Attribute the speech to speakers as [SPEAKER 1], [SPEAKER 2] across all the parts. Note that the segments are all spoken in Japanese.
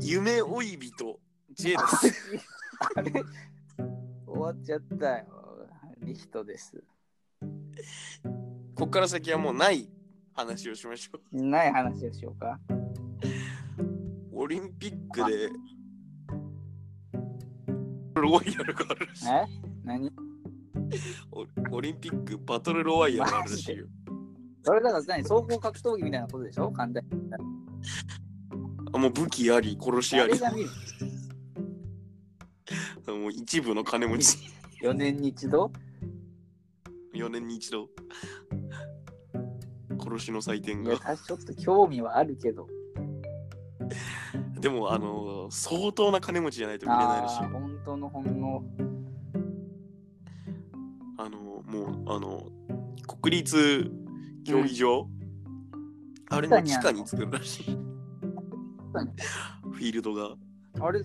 [SPEAKER 1] 夢追い人 J です。
[SPEAKER 2] あれ終わっちゃったよ。リヒトです。
[SPEAKER 1] こっから先はもうない話をしましょう。
[SPEAKER 2] ない話をしようか。
[SPEAKER 1] オリンピックでロワイヤルがあるらしい
[SPEAKER 2] え何
[SPEAKER 1] オオリンピックバトルロワイヤルがあるらしいよ。
[SPEAKER 2] それだから何総合格闘技みたいなことでしょ簡単に。
[SPEAKER 1] あもう武器あり、殺しあ
[SPEAKER 2] 誰
[SPEAKER 1] り、
[SPEAKER 2] が見る
[SPEAKER 1] もう一部の金持ち、
[SPEAKER 2] ?4 年に一度
[SPEAKER 1] 4年に一度、殺しの祭典
[SPEAKER 2] いや、
[SPEAKER 1] が。
[SPEAKER 2] 私ちょっと興味はあるけど。
[SPEAKER 1] でも、あの相当な金持ちじゃないと見れないらしい
[SPEAKER 2] ああ、。本当の本の。
[SPEAKER 1] あのもうあの国立競技場、あれの地下に作るらしい
[SPEAKER 2] 下にあるの
[SPEAKER 1] フィールドが
[SPEAKER 2] あれ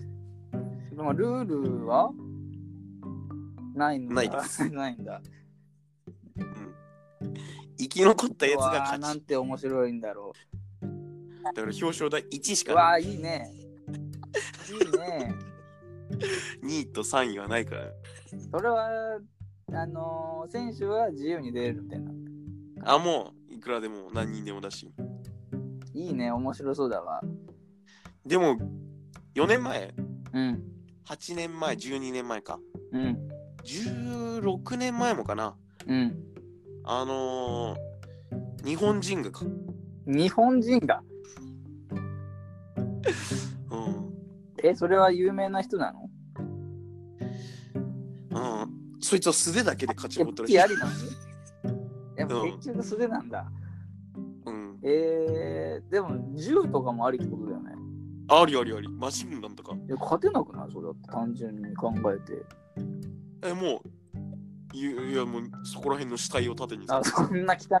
[SPEAKER 2] まあルールはないのか
[SPEAKER 1] ないです
[SPEAKER 2] ないんだ。
[SPEAKER 1] 生き残ったやつ
[SPEAKER 2] う
[SPEAKER 1] が
[SPEAKER 2] わー
[SPEAKER 1] 勝
[SPEAKER 2] な
[SPEAKER 1] ち
[SPEAKER 2] んて面白いんだろ
[SPEAKER 1] だから表彰台1し
[SPEAKER 2] う。う
[SPEAKER 1] かない
[SPEAKER 2] わーいいね。いいね。
[SPEAKER 1] 2位と3位はないから
[SPEAKER 2] それは、あのー選手は自由に出れるみたいな。
[SPEAKER 1] あもういくらでも何人でもだし
[SPEAKER 2] いいね、面白そうだわ。
[SPEAKER 1] でも4年前
[SPEAKER 2] うん。
[SPEAKER 1] 8年前12年前か
[SPEAKER 2] うん。
[SPEAKER 1] 16年前もかな
[SPEAKER 2] うん。
[SPEAKER 1] あのー日本人がか、
[SPEAKER 2] 日本人が。
[SPEAKER 1] うん
[SPEAKER 2] え、それは有名な人なの
[SPEAKER 1] うん、そいつは素手だけで勝ち
[SPEAKER 2] え
[SPEAKER 1] 残った
[SPEAKER 2] 武
[SPEAKER 1] らし
[SPEAKER 2] 器
[SPEAKER 1] い
[SPEAKER 2] ありなの やっぱ
[SPEAKER 1] うん
[SPEAKER 2] 結局素手なんだ。
[SPEAKER 1] うん、
[SPEAKER 2] えー、でも銃とかもありってことだよね。
[SPEAKER 1] ありありありマシンガンとか
[SPEAKER 2] いや勝てなくないそれだって単純に考えて。
[SPEAKER 1] え、もう、いや、いやもうそこら辺の死体を盾に
[SPEAKER 2] あ、そんな汚い。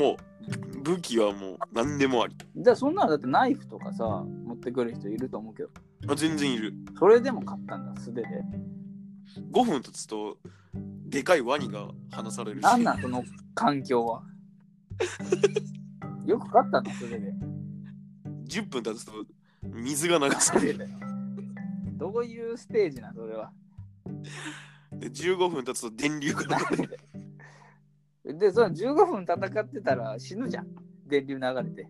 [SPEAKER 1] もう、武器はもう何でもあり。
[SPEAKER 2] じゃあそんなのだってナイフとかさ、持ってくる人いると思うけど、
[SPEAKER 1] あ全然いる。
[SPEAKER 2] それでも勝ったんだ、素手で。
[SPEAKER 1] 5分経つと、でかいワニが放されるし。
[SPEAKER 2] なんなん、その環境 は。よく勝ったんだ、素手で。
[SPEAKER 1] 10分経つと、水が流される。
[SPEAKER 2] どういうステージなん、それは。
[SPEAKER 1] で15分経つと電流が流れる。
[SPEAKER 2] で、その15分戦ってたら死ぬじゃん。電流流れて。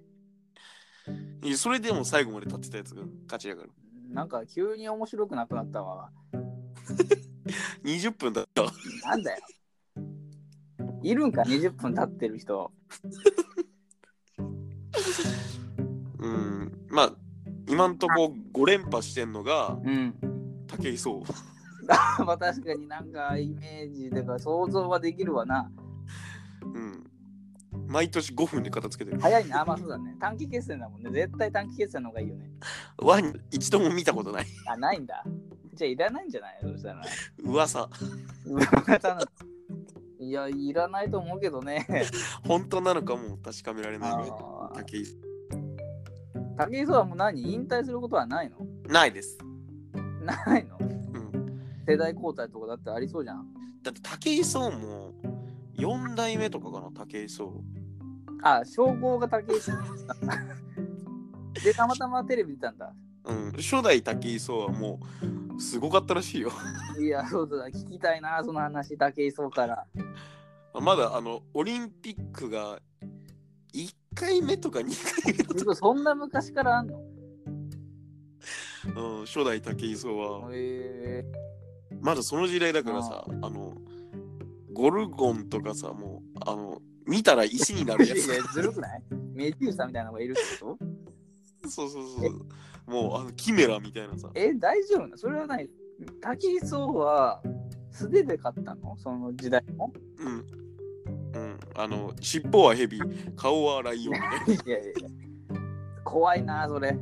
[SPEAKER 1] いやそれでも最後まで立ってたやつが勝ちやから。
[SPEAKER 2] なんか急に面白くなくなったわ。
[SPEAKER 1] 20分経った。
[SPEAKER 2] なんだよ。いるんか、20分経ってる人。
[SPEAKER 1] うん。まあ、今んとこ5連覇してんのが
[SPEAKER 2] うん。
[SPEAKER 1] 武井壮。
[SPEAKER 2] まあ確かになんかイメージだから想像はできるわな。
[SPEAKER 1] うん。毎年5分で片付けてる。
[SPEAKER 2] 早いな、あまあそうだね。短期決戦だもんね。絶対短期決戦の方がいいよね。
[SPEAKER 1] ワニ、一度も見たことない。
[SPEAKER 2] あ、ないんだ。じゃあいらないんじゃないそしたら。
[SPEAKER 1] 噂。
[SPEAKER 2] いや、いらないと思うけどね。
[SPEAKER 1] 本当なのかも確かめられないね。
[SPEAKER 2] あー
[SPEAKER 1] 武井
[SPEAKER 2] 武井壮はもう何引退することはないの
[SPEAKER 1] ないです、
[SPEAKER 2] ないの
[SPEAKER 1] うん。
[SPEAKER 2] 世代交代とかだってありそうじゃん。
[SPEAKER 1] だって武井壮も4代目とかかな、武井壮。
[SPEAKER 2] あ、称号が武井壮。で、たまたまテレビ出たんだ。
[SPEAKER 1] うん、初代武井壮はもうすごかったらしいよ。
[SPEAKER 2] いや、そうだ、聞きたいな、その話、武井壮から。
[SPEAKER 1] まだあのオリンピックが1回目とか2回目だ
[SPEAKER 2] すごいそんな昔からあんの
[SPEAKER 1] と、 うん、初代武井壮は
[SPEAKER 2] へえ
[SPEAKER 1] まだその時代だからさ、あのゴルゴンとかさ、もうあの見たら石になるや
[SPEAKER 2] いや
[SPEAKER 1] つ。
[SPEAKER 2] ずるくないメデューサみたいなのがいるってこ と
[SPEAKER 1] そうそうそう。もうあのキメラみたいなさ。
[SPEAKER 2] え、大丈夫なのそれはない。滝荘は素手で買ったのその時代も
[SPEAKER 1] うん。うん。あの、尻尾はヘビ、顔はライオンみたい
[SPEAKER 2] いやいやいや。怖いな、それ。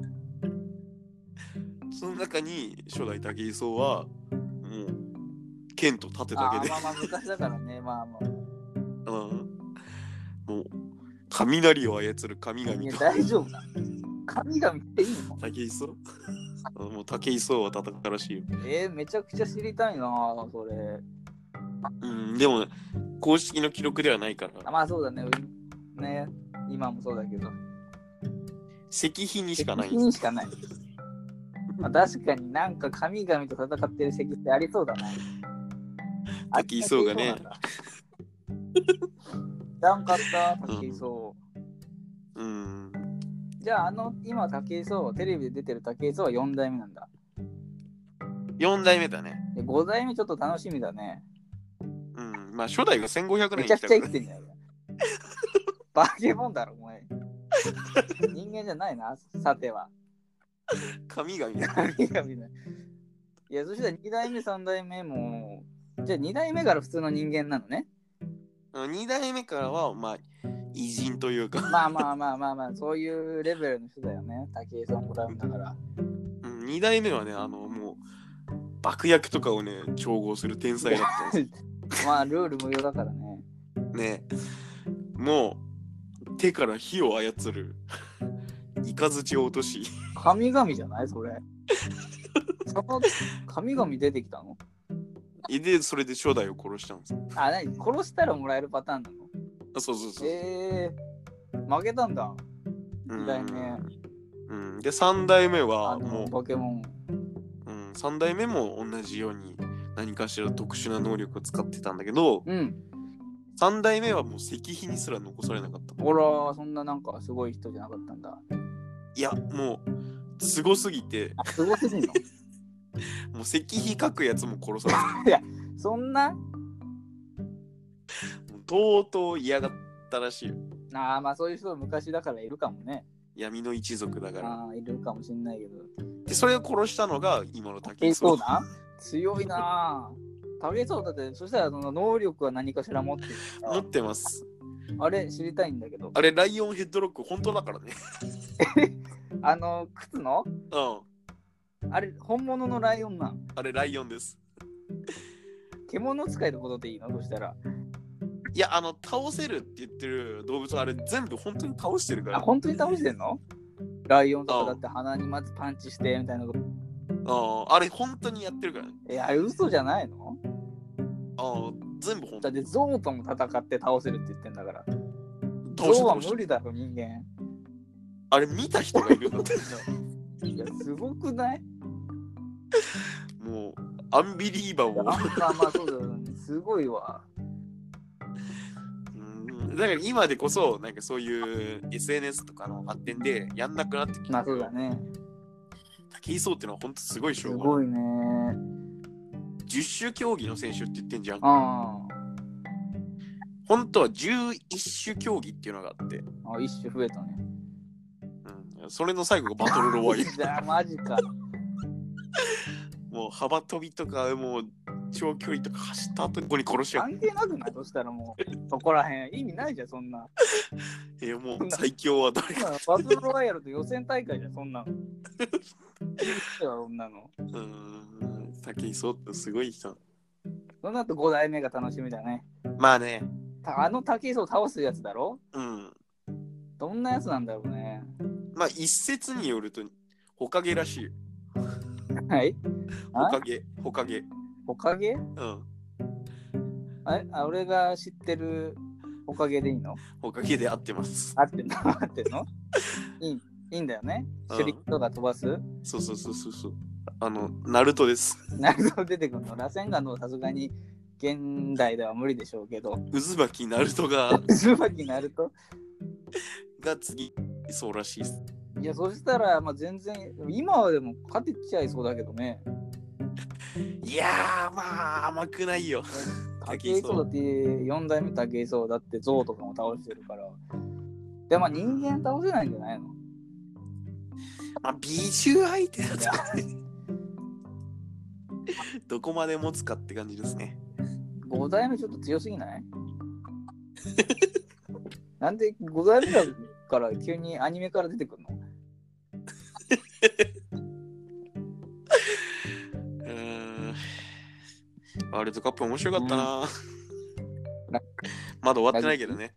[SPEAKER 1] な。その中に初代武井壮は、もう、剣と盾だ
[SPEAKER 2] あ
[SPEAKER 1] け
[SPEAKER 2] ー
[SPEAKER 1] で、
[SPEAKER 2] まあまあ、昔だからね、まあまあ。
[SPEAKER 1] うん、もう、雷を操る神
[SPEAKER 2] い
[SPEAKER 1] 々
[SPEAKER 2] や、
[SPEAKER 1] と
[SPEAKER 2] 大丈夫なの神々っていいの
[SPEAKER 1] 武井壮 あのもう武井壮は戦うらしいよ。
[SPEAKER 2] えーめちゃくちゃ知りたいな、それ。
[SPEAKER 1] うん、でも、ね、公式の記録ではないか
[SPEAKER 2] あ
[SPEAKER 1] ら、
[SPEAKER 2] まあそうだね。ね、今もそうだけど。
[SPEAKER 1] 石碑にしかないん
[SPEAKER 2] 石
[SPEAKER 1] です
[SPEAKER 2] にしかない。まあ、確かになんか神々と戦ってる石ってありそうだな。
[SPEAKER 1] 滝井壮がね
[SPEAKER 2] ありそうなんだ。知らんかった、滝井壮。
[SPEAKER 1] うん。
[SPEAKER 2] じゃあ、あの、今、滝井壮、テレビで出てる滝井壮は4代目なんだ。
[SPEAKER 1] 4代目だね。
[SPEAKER 2] で5代目ちょっと楽しみだね。
[SPEAKER 1] うん。まあ、初代が1500
[SPEAKER 2] め
[SPEAKER 1] 年
[SPEAKER 2] ちゃくちゃ生
[SPEAKER 1] から
[SPEAKER 2] きてんじゃん。 バケモンだろ、お前。人間じゃないな、さては。
[SPEAKER 1] 神々だ。
[SPEAKER 2] 神々だいや、そしたら2代目、3代目も、じゃあ2代目から普通の人間なのね。
[SPEAKER 1] 2代目からは、まあ、偉人というか、
[SPEAKER 2] まあまあまあまあまあ、そういうレベルの人だよね。武井さんもダウンだから。
[SPEAKER 1] うん、2代目はね、あの、もう、爆薬とかをね、調合する天才だったんで
[SPEAKER 2] まあ、ルール無用だからね。
[SPEAKER 1] すね。もう、手から火を操る、イカズチを落とし、
[SPEAKER 2] 神々じゃないそれ。そこ、神々出てきたの
[SPEAKER 1] で、それで初代を殺したんですよ。
[SPEAKER 2] あ、何殺したらもらえるパターンなの
[SPEAKER 1] あそうそうそう。
[SPEAKER 2] えー、負けたんだ。
[SPEAKER 1] うん
[SPEAKER 2] 二代目。
[SPEAKER 1] うん、で、3代目
[SPEAKER 2] あ
[SPEAKER 1] は、も
[SPEAKER 2] の、
[SPEAKER 1] う、
[SPEAKER 2] ポケモン。
[SPEAKER 1] うん、3代目も同じように何かしら特殊な能力を使ってたんだけど
[SPEAKER 2] うん。
[SPEAKER 1] 3代目はもう石碑にすら残されなかった
[SPEAKER 2] ほら、そんななんかすごい人じゃなかったんだ。
[SPEAKER 1] いやもうすごすぎて
[SPEAKER 2] あ、すごすぎんの
[SPEAKER 1] もう石碑書くやつも殺され
[SPEAKER 2] そんな
[SPEAKER 1] てもうとうとう嫌がったらしいよ
[SPEAKER 2] あーまあそういう人昔だからいるかもね。
[SPEAKER 1] 闇の一族だから
[SPEAKER 2] あーいるかもしんないけど。
[SPEAKER 1] でそれを殺したのが今の
[SPEAKER 2] え
[SPEAKER 1] 竹
[SPEAKER 2] ー、
[SPEAKER 1] 井壮
[SPEAKER 2] そうだ強いなぁ。食べそうだって、そしたらその能力は何かしら持ってるから
[SPEAKER 1] 持ってます
[SPEAKER 2] あれ知りたいんだけど。
[SPEAKER 1] あれライオンヘッドロック本当だからね
[SPEAKER 2] あの、靴の
[SPEAKER 1] うん
[SPEAKER 2] あれ、本物のライオンなん。
[SPEAKER 1] あれライオンです
[SPEAKER 2] 獣使いのことでいいのそしたら。
[SPEAKER 1] いやあの倒せるって言ってる動物あれ全部本当に倒してるか
[SPEAKER 2] あ、
[SPEAKER 1] ら
[SPEAKER 2] 本当に倒してんのライオンとかだって鼻にまずパンチしてみたいなこと。
[SPEAKER 1] うんあれ本当にやってるからね
[SPEAKER 2] えあれ嘘じゃないの
[SPEAKER 1] ああ、全部本
[SPEAKER 2] だ
[SPEAKER 1] 当
[SPEAKER 2] ってゾウとも戦って倒せるって言ってんだから。
[SPEAKER 1] 倒
[SPEAKER 2] ゾ
[SPEAKER 1] し
[SPEAKER 2] ウ
[SPEAKER 1] た
[SPEAKER 2] は
[SPEAKER 1] 倒した
[SPEAKER 2] 無理だろ、人間。
[SPEAKER 1] あれ見た人がいるの
[SPEAKER 2] いや、すごくない
[SPEAKER 1] もう、アンビリーバ
[SPEAKER 2] いやま
[SPEAKER 1] ーを。
[SPEAKER 2] あまあそうだよね。すごいわ。
[SPEAKER 1] うんだから今でこそ、なんかそういう SNS とかの発展でやんなくなってきて、
[SPEAKER 2] まあそうだね。
[SPEAKER 1] 竹井壮ってのは本当すごいですしょ
[SPEAKER 2] ごいね。
[SPEAKER 1] 10種競技の選手って言ってんじゃん。
[SPEAKER 2] あ
[SPEAKER 1] 本当は11種競技っていうのがあって、
[SPEAKER 2] あ。あ一種増えたね。
[SPEAKER 1] うん、それの最後がバトルロワ イヤル。
[SPEAKER 2] じゃあマジか。
[SPEAKER 1] もう幅跳びとか、もう長距離とか走った後にここに殺しちゃう。
[SPEAKER 2] 関係なくないとしたらもう、そこらへん。意味ないじゃん、そんな。
[SPEAKER 1] えーもう最強は誰か。
[SPEAKER 2] 今バトルロワイヤルと予選大会じゃん、そんなの。いいよそんなの。
[SPEAKER 1] うん、竹井壮ってすごい人。
[SPEAKER 2] その後5代目が楽しみだね。
[SPEAKER 1] まあね、
[SPEAKER 2] たあの武井壮倒すやつだろ
[SPEAKER 1] うん。
[SPEAKER 2] どんなやつなんだろうね。
[SPEAKER 1] まあ一説によると、ほかげらしいよ。
[SPEAKER 2] はい。
[SPEAKER 1] ほ
[SPEAKER 2] あ
[SPEAKER 1] かげ、ほかげ。
[SPEAKER 2] おかげ
[SPEAKER 1] うん。
[SPEAKER 2] あれあ俺が知ってるおかげでいいの
[SPEAKER 1] ほかげで合ってます。
[SPEAKER 2] 合ってんの合ってんのいいいいんだよね。
[SPEAKER 1] うん
[SPEAKER 2] 手裏剣とか飛ばす、
[SPEAKER 1] そうそうそうそうそう。あの、ナルトです。
[SPEAKER 2] なるほど出てくるの。螺旋丸のはさすがに現代では無理でしょうけど。
[SPEAKER 1] 渦巻きナルトが、
[SPEAKER 2] 渦巻きになると。
[SPEAKER 1] が次、そうらしいです。
[SPEAKER 2] いや、そしたら、まあ、全然、今はでも勝てちゃいそうだけどね。
[SPEAKER 1] いやー、まあ甘くないよ。
[SPEAKER 2] 武井壮だって、4代目武井壮だって、象とかも倒してるから。で、まあ人間倒せないんじゃないの
[SPEAKER 1] まあ美獣相手だと。 どこまで持つかって感じですね。
[SPEAKER 2] ?5 代目ちょっと強すぎないなんで5代目だから急にアニメから出てくるの
[SPEAKER 1] うーん。 ワールドカップ面白かったな。まだ終わってないけどね。